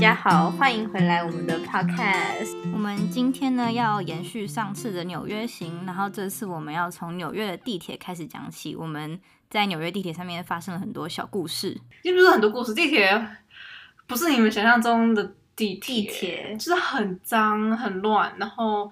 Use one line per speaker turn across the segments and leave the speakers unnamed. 家好，欢迎回来我们的 podcast。
我们今天呢要延续上次的纽约行，然后这次我们要从纽约的地铁开始讲起。我们在纽约地铁上面发生了很多小故事，
是不是很多故事？地铁不是你们想象中的地铁，
地铁
就是很脏、很乱，然后，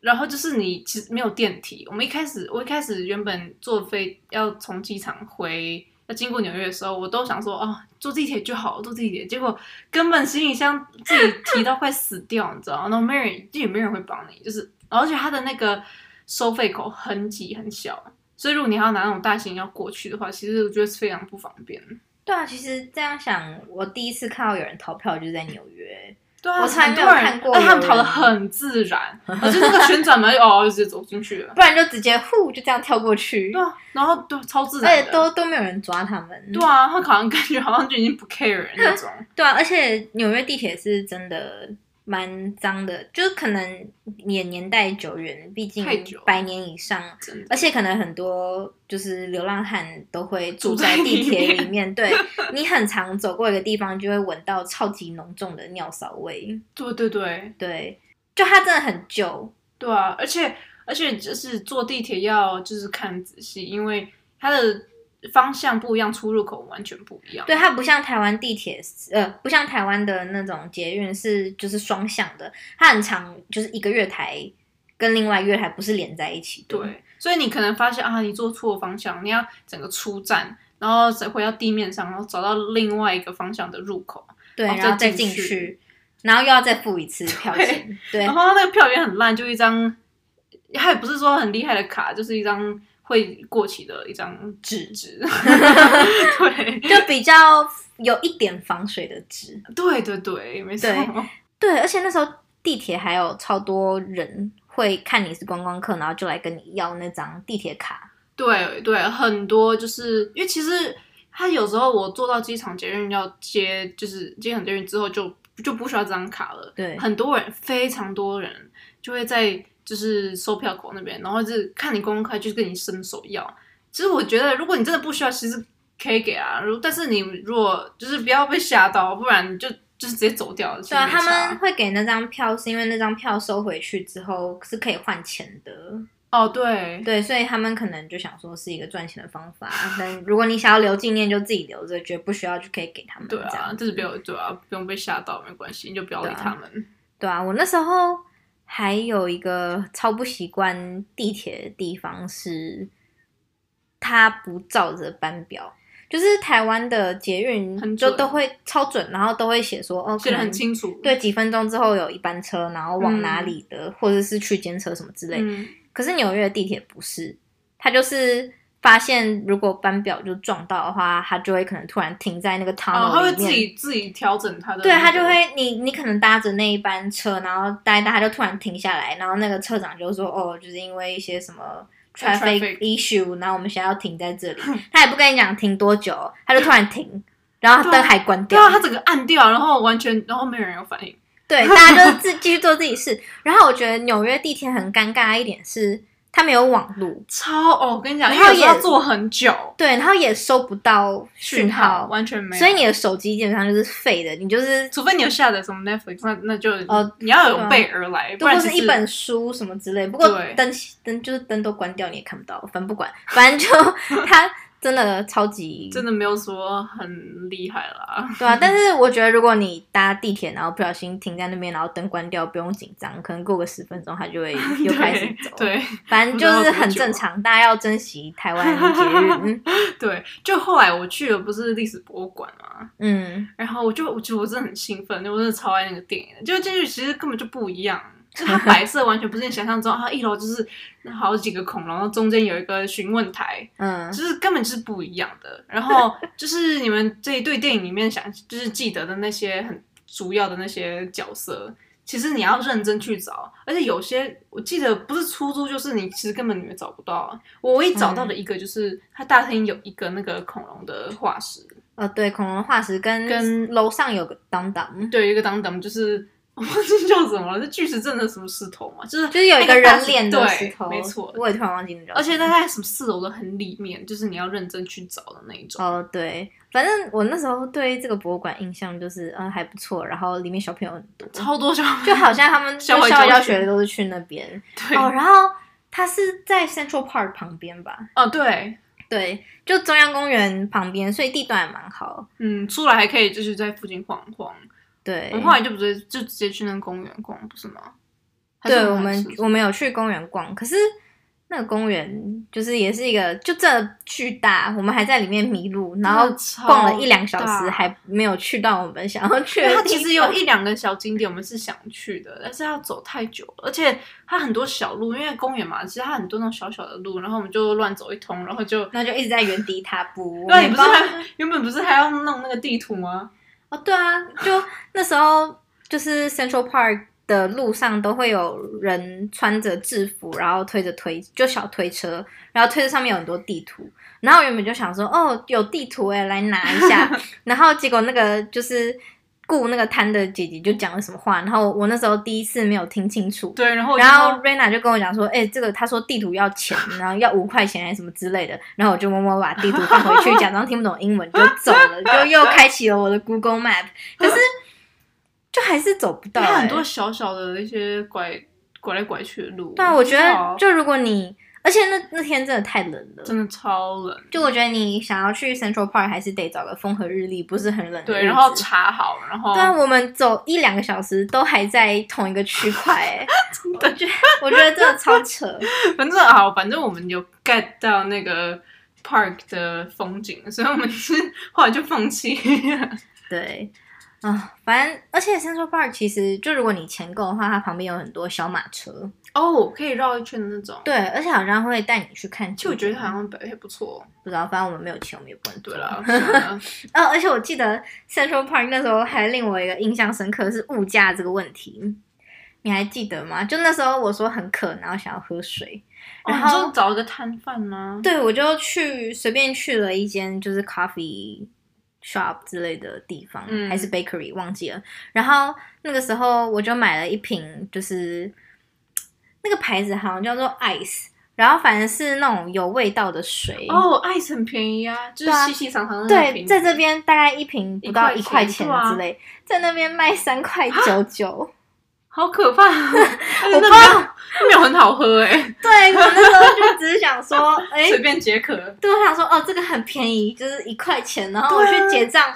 然后就是你其实没有电梯。我们一开始，我一开始原本坐飞要从机场回，要经过纽约的时候，我都想说哦，坐地铁就好，坐地铁。结果根本行李箱自己提到快死掉，你知道吗？然后没人，也没人会帮你，就是，而且它的那个收费口很挤很小。所以，如果你还要拿那种大型要过去的话，其实我觉得是非常不方便。
对啊，其实这样想，我第一次看到有人逃票就是在纽约，
对啊，
我从来没
很多
有
人
看过
而且他
有
们逃的
人
很自然， 而且那个旋转门哦，就直接走进去了。
不然就直接呼就这样跳过去
对，啊，然后对，超自
而
然
且
的。
都都没有人抓他们。
对啊，他好像感觉好像就已经不 care 了 那种。
对啊，而且纽约地铁是真的蛮脏的，就是可能也年代久远，毕竟
太久了
百年以上，
真的
而且可能很多就是流浪汉都会住
住
在
在
地
里
铁
面
里面， 对你很常走过一个地方，就会闻到超级浓重的尿骚味，
对对对
对，就它真的很旧，
对啊，而且而且就是坐地铁要就是看仔细，因为它的方向不一样，出入口完全不一样。
对，它不像台湾地铁，呃，不像台湾的那种捷运是就是双向的，它很长，就是一个月台跟另外一个月台不是连在一起的，
对，所以你可能发现啊，你坐错方向，你要整个出站，然后再回到地面上，然后找到另外一个方向的入口。
对，
哦
然后再
再
进
进
去，
去
然后又要再付一 次票钱。对
然后他那个票也很烂，就一张，它也不是说很厉害的卡，就是一张会过期的一张纸纸。对
就比较有一点防水的纸。
对对对，没错。
对对，而且那时候地铁还有超多人会看你是观光客，然后就来跟你要那张地铁卡。
对对，很多就是因为其实他有时候我坐到机场捷运要接，就是机场捷运之后就就不需要这张卡了。
对
很多人非常多人就会在就是售票口那边，然后就是看你公开就跟你伸手要。其实我觉得，如果你真的不需要，其实可以给啊。如但是你如果就是不要被吓到，不然你就就是直接走掉了。其
对啊，
实没
他
差
们会给那张票，是因为那张票收回去之后是可以换钱的。
哦对
对，所以他们可能就想说是一个赚钱的方法。但如果你想要留纪念，就自己留着，觉得不需要就可以给他们。
对
这样
啊，就是不要对啊，不用被吓到没关系，你就不要理
对啊
他们。
对啊，我那时候还有一个超不习惯地铁的地方是，它不照着班表，就是台湾的捷运
很
就
准
都会超准，然后都会写说哦，
写
可
的很
能
清楚。
对，几分钟之后有一班车，然后往哪
嗯
里的，或者是区间车什么之类的。
嗯，
可是纽约的地铁不是，它就是。发现如果班表就撞到的话，它就会可能突然停在那个 tunnel 里面，
哦，他会自己自己调整他的、
对他就。会，你你可能搭着那一班车，然后搭一搭，他就突然停下来，然后那个车长就说：“哦，就是因为一些什 么 traffic
traffic
issue，然后我们现在要停在这 里。”他也不跟你讲停多久，他就突然停，然后
对啊
灯还关
对
掉。
啊，他整个按掉，然后完全，然后没有人有反应。
对，大家就是自继续做自己事。然后我觉得纽约地铁很尴尬一点是，它没有网 路，
超哦，我跟你讲，
然
因
后
为有时候
也
要坐很久，
对，然后也收不到讯号，
完全没有。
所以你的手机基本上就是废的，你就是
除非你有下载什么 Netflix，那那就
哦
你要
对啊
有备而来，不
或
然
是
其实
一本书什么之类。不过
对
灯灯就是灯都关掉，你也看不到，反正不管， 反正就它真的超级
真的没有说很厉害啦。
对啊。但是我觉得，如果你搭地铁，然后不小心停在那边，然后灯关掉，不用紧张，可能过个十分钟，它就 会 又开始走。，
对
反正就是很正常，大家要珍惜台湾捷运。
对对，就后来我去了不是历史博物馆 嘛，
嗯，
然后我就我觉得我真的很兴奋，我真的超爱那个电影的，就进去其实根本就不一样。就它摆设完全不是你想象中，它 一楼就是好几个孔，然后中间有一个询问台，
嗯
就是根本就是不一样的。然后就是你们这一对电影里面想就是记得的那些很主要的那些角色，其实你要认真去找，而且有些我记得不是出租，就是你其实根本你们找不到。啊我唯一
嗯
找到的一个就是、它大厅有一个那个恐龙的化石，
哦，对，恐龙化石跟
跟
楼上有个当当，
对，一个当当就是 我忘记叫什么了，是巨石阵的什么石头嘛？就是
就是有一
那
个
大
人
石
脸的石
对
头，
没错。
我也突然忘记那叫什么。
而且它在什么四楼都很里面，就是你要认真去找的那一种。
哦，对，反正我那时候对这个博物馆印象就是，嗯，还不错。然后里面小朋友很多，
超多小
就好像他们就
啊校
校
外
外
教
教
学
学都是去那边。
对
哦，然后它是在 Central Park 旁边吧？
哦对，
对，就中央公园旁边，所以地段还蛮好。
嗯，出来还可以就是在附近晃晃。
对
我，们后来就不是就直接去那个公园逛，不是吗？还是
对我
还
们
是
我们有去公园逛，可是那个公园就是也是一个就真的巨大，我们还在里面迷路，然后
真的超
逛了一两小时，
大
还没有去到我们想要去
因
的地
为
方。
它其实有一两个小景点我们是想去的，但是要走太久了，而且它很多小路，因为公园嘛，其实它很多那种小小的路，然后我们就乱走一通，然后就
那就一直在原地踏 步。
对，你
我们
不是还原本不是还要弄那个地图吗？
哦，对啊，就那时候就是 Central Park 的路上都会有人穿着制服，然后推着推就小推车，然后推车上面有很多地图。然后我原本就想说，哦，有地图哎，来拿一 下。然后结果那个就是雇那个摊的姐姐就讲了什么话，然后我那时候第一次没有听清楚。
对，然后我就
然
说
后 Rena 就跟我讲说，哎、这个他说地图要 钱，然后要五块钱还是什么之类的，然后我就默默把地图放回去，假装听不懂英文 就走了，就又开启了我的 Google Map，可是就还是走不到、
因为
欸。
很多小小的那些拐拐来拐去的路，
对啊，我觉得
超
就如果你，而且那那天真的太冷了，
真的超冷，
就我觉得你想要去 Central Park 还是得找个风和日丽，不是很冷的
对，
日
然后
子
查好，然后
但我们走一两个小时都还在同一个区块、 欸，我觉得我觉得真的超扯。
反正啊，反正我们有 get 到那个 park 的风景，所以我们是后来就放弃。
对，啊、反正而且 Central Park 其实就如果你钱够的话，它旁边有很多小马车，
哦，可以绕一圈的那种。，
对，而且好像会带你去看。
其实我觉得好像表现不错。
不知道，反正我们没有钱，我们也不能
对
了
啦，。算了哦
呃、而且我记得 Central Park 那时候还令我一个印象深刻的是物价这个问题，你还记得吗？就那时候我说很渴，然后想要喝水，
哦
然
你
后、
就找一个摊贩吗？
对我就去随便去了一间就是 coffee shop 之类的地方，
嗯
还是 bakery 忘记了。然后那个时候我就买了一瓶，就是那个牌子好像叫做 ice，然后反正是那种有味道的水。
哦，爱很便宜啊，就
对啊
是细细长长的那
对，
瓶子。
在这边大概一瓶不到一
一
块
块
钱
钱啊对啊
之类，在那边卖三块九 九。
好可怕， 而且
我
那没有那没有很好喝哎，
对我那时候就只是想 说，哎、
随便解渴。
对，我想说哦，这个很便宜，就是一块钱。然后我去
对啊
结账，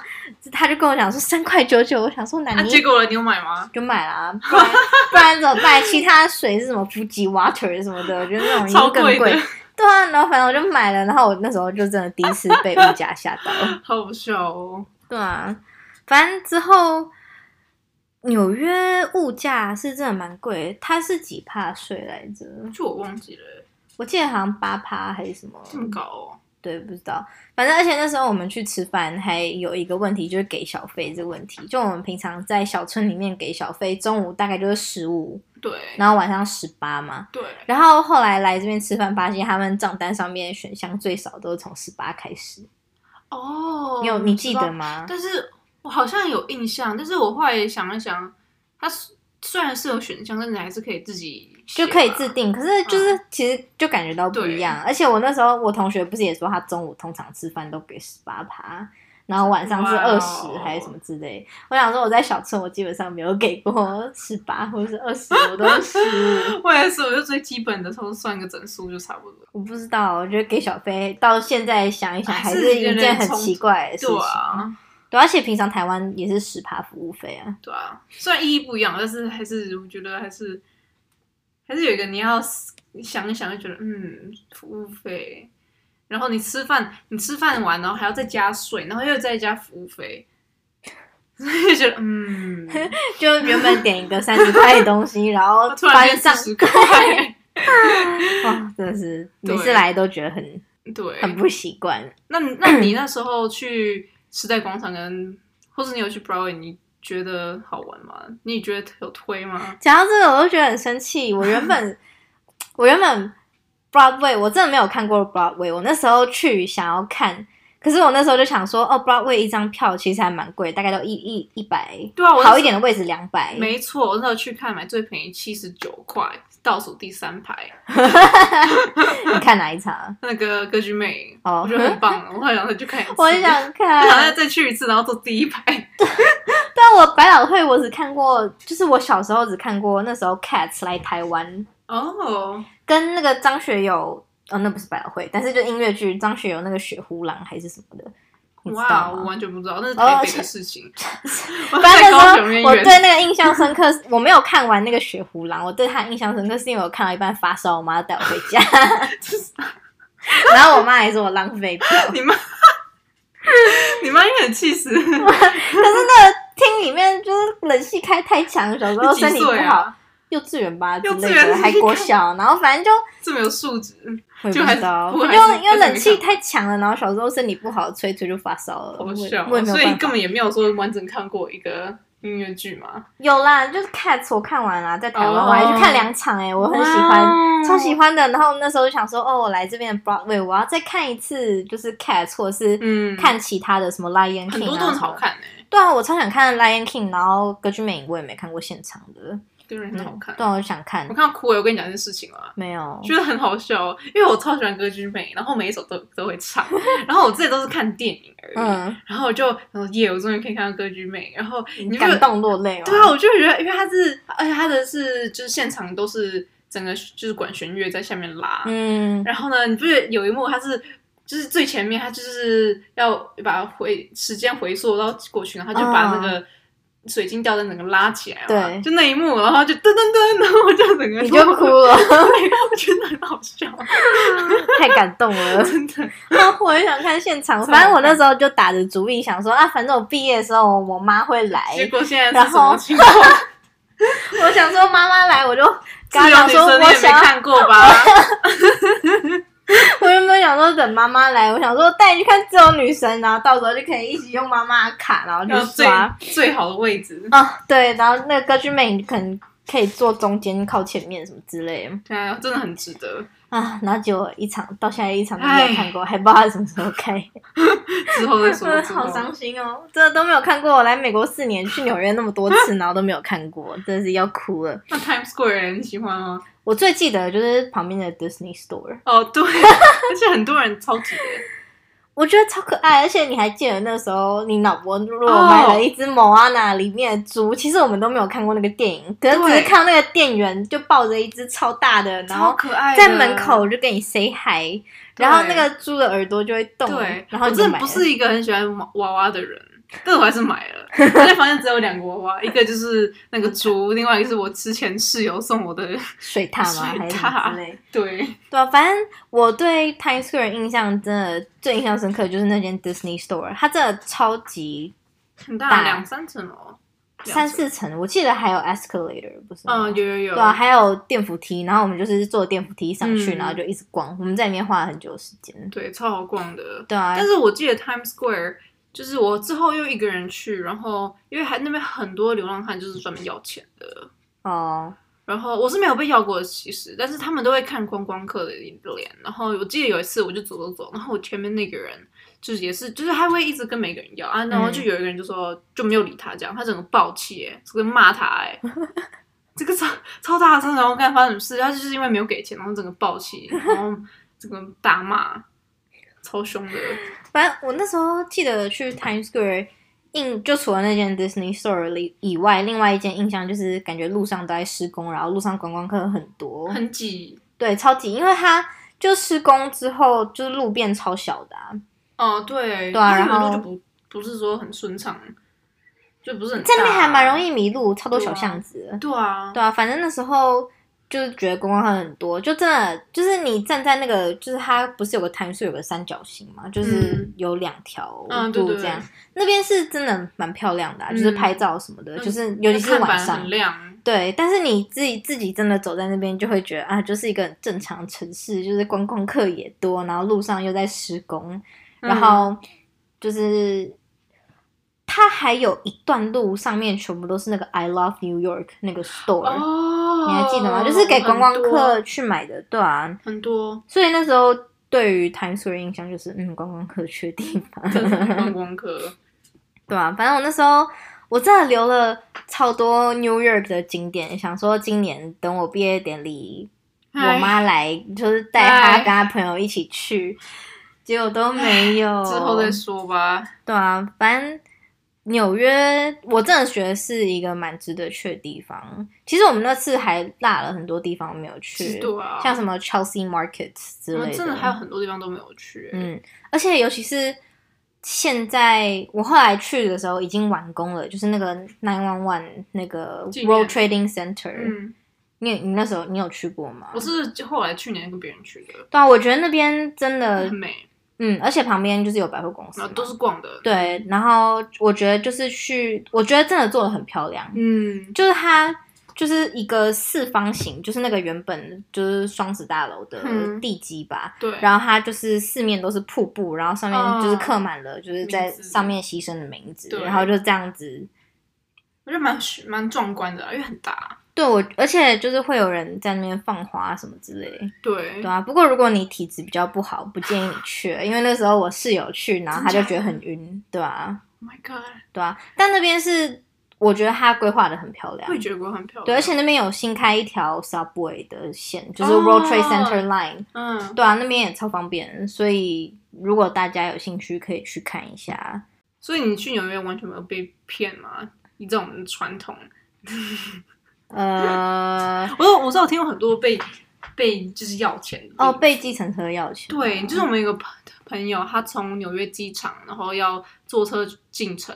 他就跟我讲说三块九九，我想说
啊，
那你
结果了，你有买吗？
就买啦，不然不然怎么办？其他水是什么富吉 water 什么的，就是那种一定
超
更
贵的
贵。对啊，然后反正我就买了，然后我那时候就真的第一次被物价吓到。
好好笑哦。
对啊，反正之后纽约物价是真的蛮贵，它是几帕税来着？
就我忘记了，
我记得好像八帕还是什么，
这么高哦。
对，不知道。反正而且那时候我们去吃饭，还有一个问题就是给小费这个问题。就我们平常在小村里面给小费，中午大概就是十五，
对
然后晚上十八嘛。
对，
然后后来来这边吃饭，发现他们账单上面选项最少都是从十八开始。
哦，
你有你记
知道
得吗？
但是我好像有印象，但是我后来想了想，它虽虽然是有选项，但你还是可以自己
就
写
可以
吧
自定，可
啊
是就是其实就感觉到不一样。而且我那时候我同学不是也说，他中午通常吃饭都给十八趴，然后晚上是
哇
二
哦
十还是什么之类。我想说我在小村我基本上没有给过十八或者是二十，我都是十五。
我也是，我就最基本的，偷算个整数就差不多。
我不知道，我觉得给小费到现在想一想，还
还是
是一
有
件
点
很
冲
奇怪的事情。
对啊，
对，而且平常台湾也是十趴服务费啊。
对啊，虽然意义不一样，但是还是我觉得还是还是有一个你要想一想，就觉得嗯，服务费，然后你吃饭，你吃饭完，然后还要再加税，然后又再加服务费， 所以就觉 得嗯，
就原本点一个三十块的东西，然后
突然
发现
间
上
四十块。
哇，真的是每次
对
来都觉得很
对，
很不嗯习惯。
那你那你那时候去时代广场跟，或者你有去 Broadway，你觉得好玩吗？你觉得有推吗？
讲到这个，我都觉得很生 气。我原本我原本 Broadway 我真的没有看过 Broadway，我那时候去想要看，可是我那时候就想说，哦，Broadway 一张票其实还蛮贵，大概都一一一百，
对啊我那时候
好一点的位置两百，
没错，我那时候去看买最便宜七十九块，倒数第三排
你看哪一场？
那个歌剧魅影，
哦
我觉得很棒，我很想再去看一次，
我很想
我 想再
看，
再去一次，然后坐第一排。
但我百老汇我只看过，就是我小时候只看过那时候 Cats 来台湾，
哦，
跟那个张学友，哦，那不是百老汇，但是就音乐剧张学友那个雪呼兰还是什么的，你知
哇，
道
我
吗？
完全不知道，那是
哦
台
而
北
且
的事情。
反
我
正
在
那时
高雄有点
候我
远
对那个印象深刻是，我没有看完那个雪胡狼，我对他印象深刻是因为我看到一半发烧，我妈带我回 家，然后我妈还说我浪费票。
你妈， 你妈应该很气死。
可是那个厅里面就是冷气开太强，小时候
你几
身体不
岁
好，
啊？
幼稚园吧之
幼
类
稚园
的，还国小，然后反正就
这么有素质，
我也
就
不
还
知道，
不过
反
还是
正因为冷气
还是没
太强了，然后小时候身体不好，吹吹就发烧了，我
好
也
笑
我也
哦。
没有
所以
办
根
法。
本也没有说完整看过一个音乐剧嘛。
有啦，就是 Cats 我看完啦，在台湾、
哦
我还去看两场哎、我很喜欢。
哇
超喜。欢的。然后那时候就想说，哦，我来这边的 Broadway，我要再看一次，就是 Cats 或者是
嗯，
看其他的什么 Lion King 啊，
很多都很
什么
好。看哎，
对啊，我超想看 Lion King，然后歌剧魅影我也没看过现场的，
对，很好看。
对啊，我想看
我，看到哭了，我跟你讲一件事情啊。
没有，
觉得很好笑哦，因为我超喜欢歌剧魅，然后每一首都都 会唱，然后我自己都是看电影而已，
嗯，
然后我就嗯耶，我终于可以看到歌剧魅，然后你就
感动落泪哦。
对啊，我就觉得，因为它是，而且它的是就是现场都是整个就是管弦乐在下面拉，
嗯，
然后呢，你不觉得有一幕它是就是最前面，它就是要把回时间回溯到过去，然后它就把那个水晶吊灯整个拉起来嘛，
嗯对
就那一幕，然后就噔噔噔，然后我就整个
你就哭了，
对，我觉得很好笑，
太感动 了。
真的。
我也想看现场，反正我那时候就打着主意想说啊，反正我毕业的时候我妈会来，
结果现在
哎然
是什么
后
情况？
我想说妈妈来，我就跟她
自由
讲
女
说我
生啊你也没
想要
看 过吧？
我原本想说等妈妈来，我想说带你去看《自由女神》，然后到时候就可以一起用妈妈的卡，然后
然
去
后最
刷。
最好的位置，
哦，对，然后那个歌剧魅影可能可以坐中间靠前面什么之类的
对啊，真的很值得。
啊。然后结果一场到现在一场都没有看过，还不知道它什么时候开，
之后再说
真的，
之
好
后
伤心哦，真的都没有看过。我来美国四年，去纽约那么多次，然后都没有看过，真的是要哭了。
那 Times Square 你喜欢吗？
我最记得的就是旁边的 Disney Store，
哦， 对，而且很多人超级的，
我觉得超可爱，而且你还记得那时候你脑波弱
哦
买了一只某阿娜里面的猪，其实我们都没有看过那个电影，可是只
对
是看到那个店员就抱着一只超大的，然
超
后
可爱的，
在门口就跟你 say hi，然后那个猪的耳朵就会动，
对，
然后
我
你就
真
买
的
了
不是一个很喜欢娃娃娃的人，但是我还是买 了。我在房间只有两个娃娃，一个就是那个猪，另外一个是我之前室友送我的。
水獭吗？
水獭
还是什么之类？
对，
对啊，反正我对 Times Square 印象真的最印象深刻的就是那间 Disney Store，它真的超级
很大，
大
两三层哦，两
三
层。
四层，我记得还有 escalator 不是吗？
嗯，有有有，
对啊，还有电扶梯，然后我们就是坐电扶梯上去，
嗯
然后就一直逛，我们在里面花了很久的时间。
对，超好逛的。
对啊
但，是我记得 Times Square，就是我之后又一个人去，然后因为还那边很多流浪汉就是专门要钱的，
哦，
然后我是没有被要过的，其实，但是他们都会看观光客的脸。然后我记得有一次，我就走走走，然后我前面那个人就是也是，就是他会一直跟每个人要啊，然后就
嗯
有一个人就说就没有理他，这样他整个暴气、欸，整个骂他、 欸，这个超超大声，然后看发生什么事，他就是因为没有给钱，然后整个暴气，然后整个大骂，超凶的，
反正我那时候记得去 Times Square，印就除了那间 Disney Store 里以外，另外一间印象就是感觉路上都在施工，然后路上观光客很多，
很挤。
对，超级，因为它就施工之后就是路变超小的、啊，
哦，对，
对啊
因为
然后
有的路就不不是说很顺畅，就不是很
在那边
大
还蛮容易迷路，超多
对啊
小巷子。
对啊，
对啊，反正那时候就是觉得观光客很多，就真的就是你站在那个，就是它不是有个 Times Square 有个三角形嘛，就是
嗯
有两条路
嗯对对
这样，那边是真的蛮漂亮的、啊，就是
嗯
拍照什么的，
嗯
就是尤其是
看
晚
板
上
很。亮，
对，但是你自己自己真的走在那边，就会觉得啊，就是一个很正常城市，就是观光客也多，然后路上又在施工，
嗯
然后就是它还有一段路上面全部都是那个 I love New York 那个 store，、
哦，
你还记得吗？就是给观光
很多
客去买的，对啊。
很多，
所以那时候对于 Times Square 印象就是，嗯，观光客去的地方。
真的是观光客。
对啊，反正我那时候我真的留了超多 New York 的景点，想说今年等我毕业典礼， 我
哎
妈来就是带她
哎
跟她朋友一起去，结果都没有。
哎之后再说吧。
对啊，反正纽约我真的觉得是一个蛮值得去的地方。其实我们那次还落了很多地方没有去，
对啊
像什么 Chelsea Market 之
我
类
们真的还有很多地方都没有去、欸。
嗯，而且尤其是现在，我后来去的时候已经完工了，就是那个 Nine One One 那个
纪念
World Trading Center，、
嗯，
你你那时候你有去过吗？
我是就后来去年跟别人去的，
对啊，我觉得那边真的
很，美，
嗯，而且旁边就是有百货公司
然
嘛，
后都是逛的。，
对，然后我觉得就是去，我觉得真的做的很漂亮，
嗯，
就是它。就是一个四方形，就是那个原本就是双子大楼的
嗯
地基吧，
对。
然后它就是四面都是瀑布，然后上面就是
嗯
刻满了就是在
名字
上面牺牲的名字，
对
然后就这样子。
我觉得蛮喜蛮壮观的啊，因为很大。
对我，而且就是会有人在那边放花什么之类的，
对
对啊。不过如果你体质比较不好，不建议你去，因为那时候我室友去，然后他就
真假
觉得很晕，对啊，
，Oh my god，
对啊。但那边是我觉得它规划的很漂亮
我，也觉得国很漂亮。
对，而且那边有新开一条 subway 的线，就是
哦
World Trade Center Line，、
嗯，
对啊，那边也超方便，所以如果大家有兴趣可以去看一下。
所以你去纽约完全没有被骗吗？以这种传统，
呃，
我有我知道我听过很多被被就是要钱的
哦，被计程车要钱。
对，就是我们有个朋朋友，他从纽约机场，然后要坐车进城，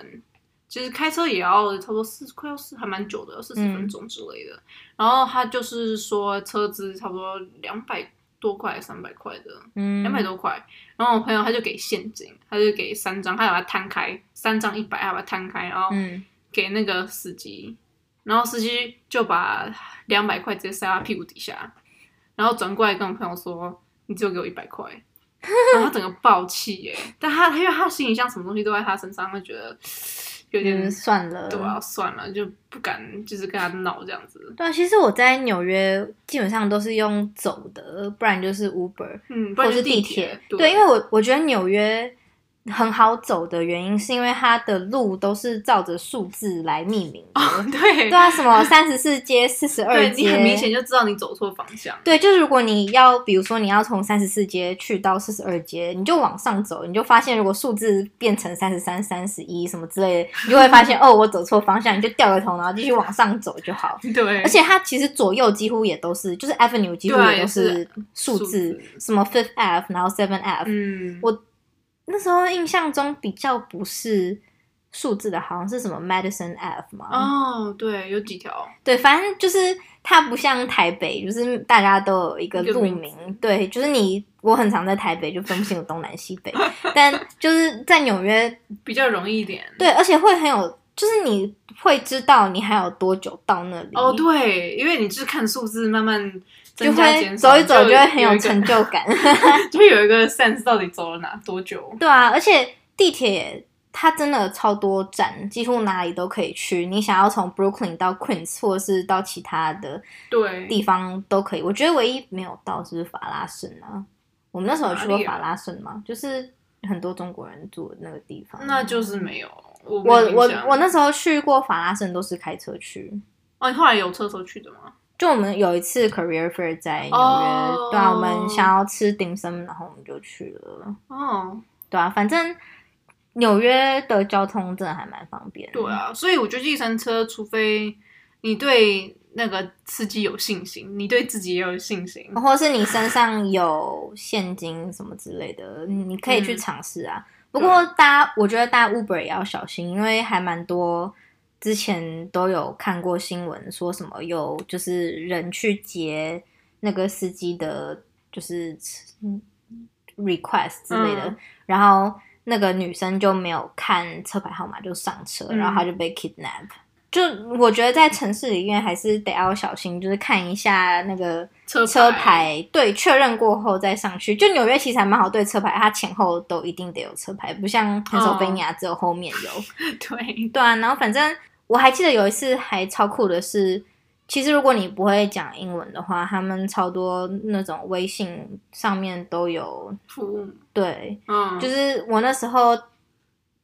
其实开车也要差不多四，快要四，还蛮久的，四十
嗯
分钟之类的。然后他就是说车资差不多两百多块，三百块的，
嗯，
两百多块。然后我朋友他就给现金，他就给三张，他把它摊开，三张一百，他把它摊开，然后
嗯，
给那个司机，然后司机就把两百块直接塞他屁股底下，然后转过来跟我朋友说：“你只有给我一百块。” 然后他整个暴气耶、但他因为他行李箱什么东西都在他身上，他觉得有点、
嗯，算了。
对啊，算了，就不敢就是跟他闹这样子。
对啊，其实我在纽约基本上都是用走的，不然就是 Uber
嗯，不
或
然
者
就是地
铁。
对，
对，因为我我觉得纽约很好走的原因，是因为它的路都是照着数字来命名的。
对
对啊，什么三十四街、四十二
哦对
街，
你很明显就知道你走错方向。
对，就是如果你要，比如说你要从三十四街去到四十二街，你就往上走，你就发现如果数字变成三十三、三十一什么之类的，你就会 发现哦，我走错方向，你就掉个头，然后继续往上走就好。
对，
而且它其实左右几乎也都是，就是 Avenue 几乎
对啊
也都
也
是
是
数
数
字
字，
什么 Fifth F，然后 Seven F，、
嗯，
我那时候印象中比较不是数字的，好像是什么 Madison F 嘛。
哦，对，有几条，
对，反正就是它不像台北，就是大家都有一个
一个
路
名
名。对，就是你，我很常在台北就分不清楚东南西 北，但就是在纽约，
比较容易一点。
对，而且会很有，就是你会知道你还有多久到那里。
哦，。对，因为你就是看数字慢慢
就
增加
会
减
走
少，
一走就会很
有
有
一个
成，就感，
就有一个 sense 到底走了哪多久。
对啊，而且地铁它真的超多站，几乎哪里都可以去。你想要从 Brooklyn 到 Queens 或者是到其他的
对，
地方都可以。我觉得唯一没有到就是法拉盛啊。我们那时候有去过
哪里啊
法拉盛嘛，就是很多中国人住的那个地方。
那就是没有我
我
没有印
我
象
我那时候去过法拉盛都是开车去。
哦，你后来有车时候去的吗？
就我们有一次 career fair 在纽约
哦
对啊，我们想要吃 dim sum，然后我们就去了，
哦，
对啊，反正纽约的交通真的还蛮方便。
对，啊，所以我觉得计程车，除非你对那个司机有信心，你对自己也有信心。
哦或是你身上有现金什么之类的，你可以去
嗯
尝试啊。不过大家，我觉得大家 Uber 也要小心，因为还蛮多之前都有看过新闻，说什么有就是人去截那个司机的，就是嗯 request 之类的，
嗯
然后那个女生就没有看车牌号码就上车，
嗯
然后她就被 kidnap。就我觉得在城市里面还是得要小心，就是看一下那个
车
车
牌
牌，对，确认过后再上去。就纽约其实还蛮好对车牌，它前后都一定得有车牌，不像肯索菲尼亚只有后面有。
对，
对啊，然后反正我还记得有一次还超酷的是，其实如果你不会讲英文的话，他们超多那种微信上面都有，
服务，
对，
嗯，
就是我那时候，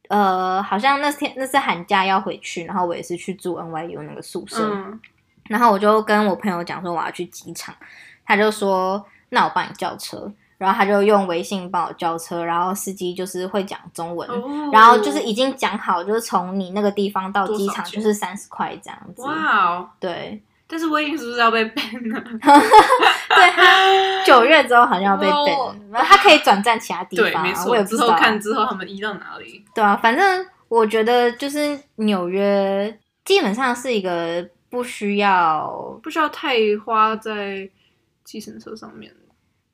呃，好像那天那是寒假要回去，然后我也是去住 NYU 那个宿舍，
嗯
然后我就跟我朋友讲说我要去机场，他就说那我帮你叫车，然后他就用微信帮我叫车，然后司机就是会讲中文。
哦
然后就是已经讲好，就是从你那个地方到机
多少
场
钱
就是三十块这样子。
哇哦，
对，
但是微信是不是要被 ban 了？
对他九月之后好像要被
哇哦
ban，了他可以转战其他地
对，
方
没
啊，我也不
错，
知
之
道。
后看之后他们移到哪里。
对啊，反正我觉得就是纽约基本上是一个不需要
不需要太花在计程车上面。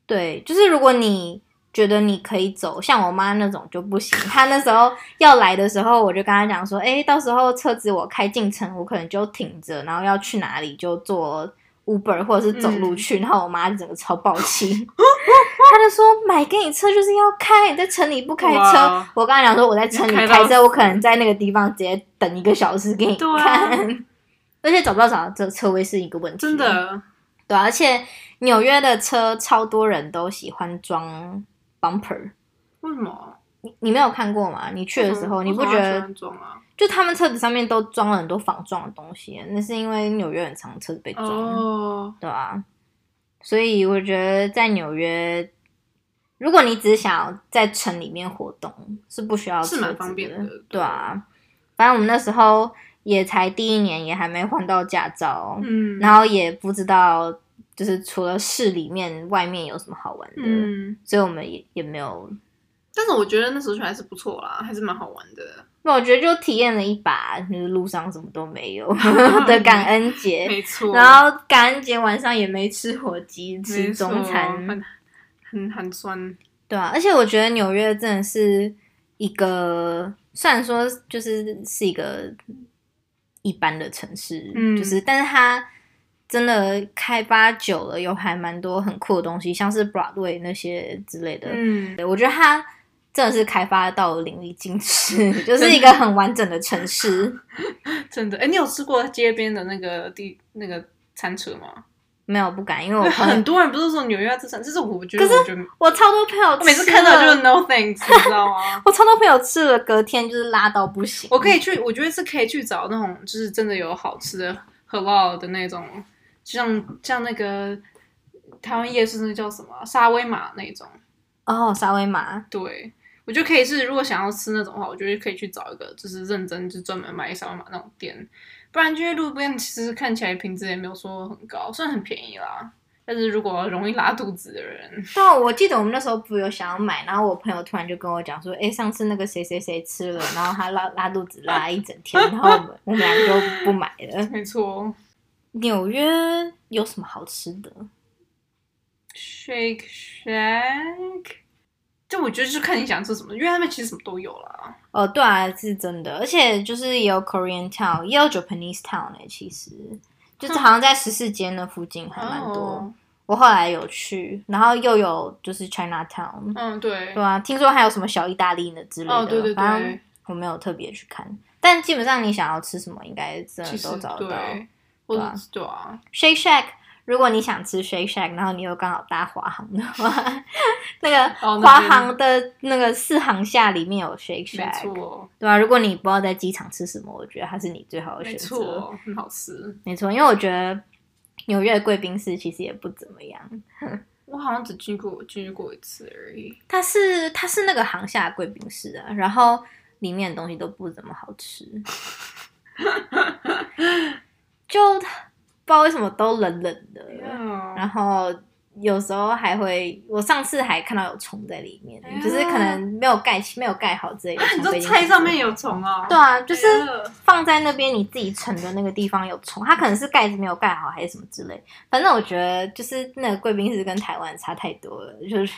对，就是如果你觉得你可以走，像我妈那种就不行。她那时候要来的时候，我就跟她讲说，哎，到时候车子我开进城，我可能就停着，然后要去哪里就坐 Uber 或者是走
嗯
路去。然后我妈整个超暴气，她就说买给你车就是要开，你在城里不开车
哇。
我跟她讲说我在城里
你开到
开车，我可能在那个地方直接等一个小时给你
对啊
看。而且找不到找到这车位是一个问题，
真的，
对啊、而且纽约的车超多人都喜欢装 bumper，
为什么？
你你没有看过吗？你去的时候，
为
你
什么
不觉
为什么要
得
喜欢撞啊？
就他们车子上面都装了很多防撞的东西？那是因为纽约很常车子被撞，
哦，
对啊。所以我觉得在纽约，如果你只是想要在城里面活动，是不需要
是
车
蛮
子
方便的
对啊。反正我们那时候也才第一年，也还没换到驾照，
嗯，
然后也不知道，就是除了市里面，外面有什么好玩的，
嗯，
所以我们也也没有。
但是我觉得那时候去还是不错啦，还是蛮好玩的。
那我觉得就体验了一把，就是路上什么都没 有的感恩节，
没错，
然后感恩节晚上也没吃火鸡，
没
吃
错
中餐，
很很寒酸。
对啊。而且我觉得纽约真的是一个，虽然说就是是一个一般的城市，
嗯
就是，但是它。真的开发久了，有还蛮多很酷的东西，像是 Broadway 那些之类的，
嗯，
我觉得它真的是开发到淋漓尽 致，就是一个很完整的城市。
真的。哎，你有吃过街边的那个地那个餐车吗？
没有不敢，因为 我
因为
朋
很
友，
多人不是说纽约要吃餐，这是我觉得，
可是
我觉得
我超多朋友吃了，
我每次看到就是 no thanks，你知道吗？
我超多朋友吃了，隔天就是拉到不行。
我可以去，我觉得是可以去找那种就是真的有好吃的 halal 的那种，就像像那个台湾夜市那个叫什么啊沙威玛那种。
哦，沙威玛，
对，我觉得可以是，如果想要吃那种的话，我觉得可以去找一个就是认真就专门卖沙威玛那种店，不然就是路边其实看起来品质也没有说很高，虽然很便宜啦。但是如果容易拉肚子的人，
但我记得我们那时候不是有想要买，然后我朋友突然就跟我讲说，哎，上次那个谁谁谁吃了，然后他拉拉肚子拉一整天，然后我们我们俩就不买了。
没错
纽约有什么好吃的？
，Shake Shack，就我觉得就是看你想吃什么，因为他们其实什么都有啦。
哦，对啊，是真的，而且就是也有 Korean Town，也有 Japanese Town 呢、其实就是好像在十四街那附近还蛮多。
哦
我后来有去，然后又有就是 China Town，、
嗯，对
对，啊，听说还有什么小意大利呢之类的。
哦，对对
反正
对，
我没有特别去看，但基本上你想要吃什么，应该真的
其实
都找得到。
对，或
对啊
者是对啊，
Shake Shack，如果你想吃 Shake Shack，然后你又刚好搭华航的话， 那个
哦那边
华航的那个四航下里面有 Shake
没
Shack，
错，
对啊，如果你不知道在机场吃什么，我觉得它是你最好的
没
选择。
错，很好吃。
没错，因为我觉得纽约的贵宾室其实也不怎么样，
我好像只进过进去过一次而已。
它是它是那个航厦贵宾室啊，然后里面的东西都不怎么好吃， 就不知道为什么都冷冷的，
嗯，
然后。有时候还会，我上次还看到有虫在里面，
哎呀
就是可能没有盖起、没有盖好之类的。
你
虫飞
说
进
菜
去
上面有虫啊？
对啊，就是
哎呀
放在那边你自己盛的那个地方有虫，它可能是盖子没有盖好还是什么之类。反正我觉得就是那个贵宾室跟台湾差太多了，就是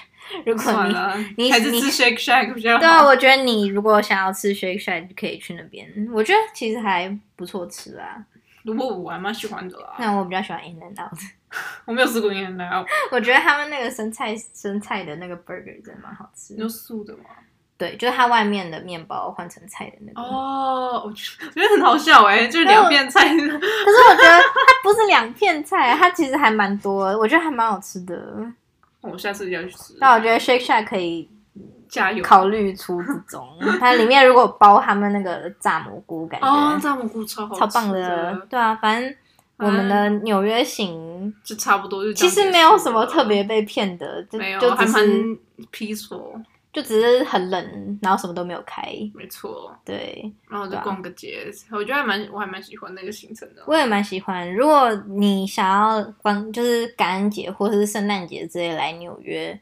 如果
算
你。
了，
你
还是
你
吃 Shake Shack 比较
对啊，
好。
我觉得你如果想要吃 Shake Shack 就可以去那边，我觉得其实还不错吃啊。
萝卜我还蛮喜欢的啦，
那我比较喜欢 In and Out，
我没有吃过云南来，
我觉得他们那个生菜生菜的那个 burger 真的蛮好吃
你。有素的吗？
对，就是它外面的面包换成菜的那个。
哦，我觉得我觉得很好笑哎、
啊
就是两片菜，
可 是我觉得它不是两片菜，啊它其实还蛮多的，我觉得还蛮好吃的。
我下次要去吃。
啊但我觉得 Shake Shack 可以
加油！
考虑出这种，它里面如果包他们那个炸蘑菇，感觉、
哦，炸蘑菇超好吃嗯
超棒的。，对啊，反正我们的纽约行
就差不多就这
其
样结束了。
实没有什么特别被骗的，就
没
就
有，还
只
蛮
是
peaceful，
就只是很冷，然后什么都没有开。
没错。
对，
然后就
对啊
逛个街，我觉得还蛮，我还蛮喜欢那个行程的。
我也蛮喜欢。如果你想要关，就是感恩节或者是圣诞节之类来纽约，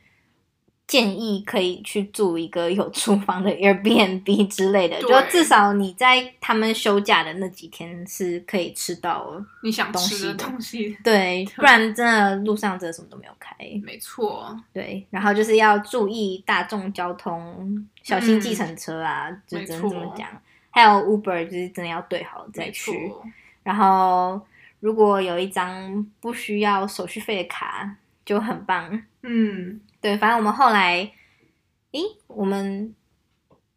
建议可以去住一个有厨房的 Airbnb 之类的，就
对
至少你在他们休假的那几天是可以吃到，哦
你想吃的东西，
对，不然真的路上真的什么都没有开。
没错，
对，然后就是要注意大众交通，小心计程车啊，就
嗯没
只能这么
错
讲。还有 Uber 就是真的要对好再
没错，
去。然后如果有一张不需要手续费的卡，就很棒。
嗯，
对，反正我们后来，咦，我们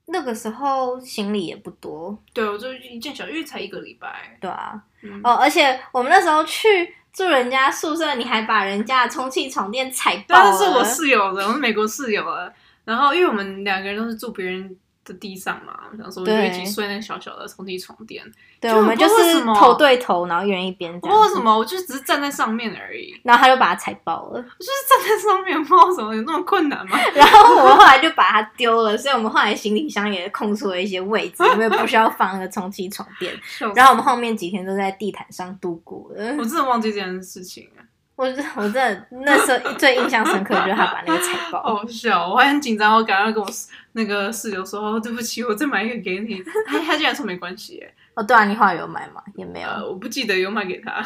那个时候行李也不多，
对，我就一件小，因为才一个礼拜，
对啊。
嗯，
哦，而且我们那时候去住人家宿舍，你还把人家的充气床垫踩
对
爆
啊，那是我
了
室友
啊
的，我们美国室友的。然后因为我们两个人都是住别人的地上嘛，然后说我们
对
就一起睡那个小小的充气床垫。
对，
就
我
我
们
不知
就
道为
是
什么
头对头，然后一人一边
我
这
不
样子。
知道为什么，我就只是站在上面而已，
然后他就把它踩爆了，
就是站在上面，不知道什么有那么困难吗？
然后我们后来就把它丢了，所以我们后来行李箱也空出了一些位置，因为不需要放那个充气床垫。
笑死
然后我们后面几天都在地毯上度过了。
我真的忘记这件事情了，
我我真的那时候最印象深刻就是他把那个踩
好
爆，
好笑，我还很紧张，我赶快跟我室那个室友说，哦，对不起，我再买一个给你。他他竟然说没关系耶，
哦对啊，你后来有买吗？也没有，
呃，我不记得有买给他，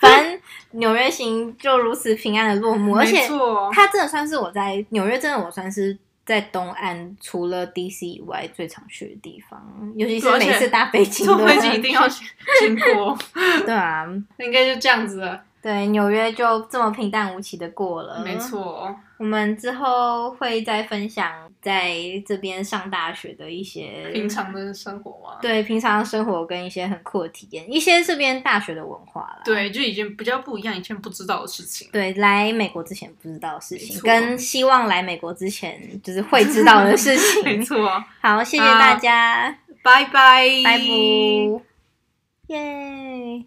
反正纽约行就如此平安的落幕，而且
没错，
它真的算是我在纽约，真的我算是在东岸除了 DC 以外最常去的地方，尤其是
对而且
每次搭飞机
坐
都
飞机一
会，
定要经经过，
对啊，
应该就这样子了，
对，纽约就这么平淡无奇的过了，
没。错。
我们之后会再分享在这边上大学的一些
平常的生活嘛。
对平常生活跟一些很酷的体验，一些这边大学的文化啦。
对，就已经比较不一样，以前不知道的事情。
对，来美国之前不知道的事情
没，错
跟希望来美国之前就是会知道的事
没
情。
错，
好，谢谢大家，
拜拜，
拜拜，耶。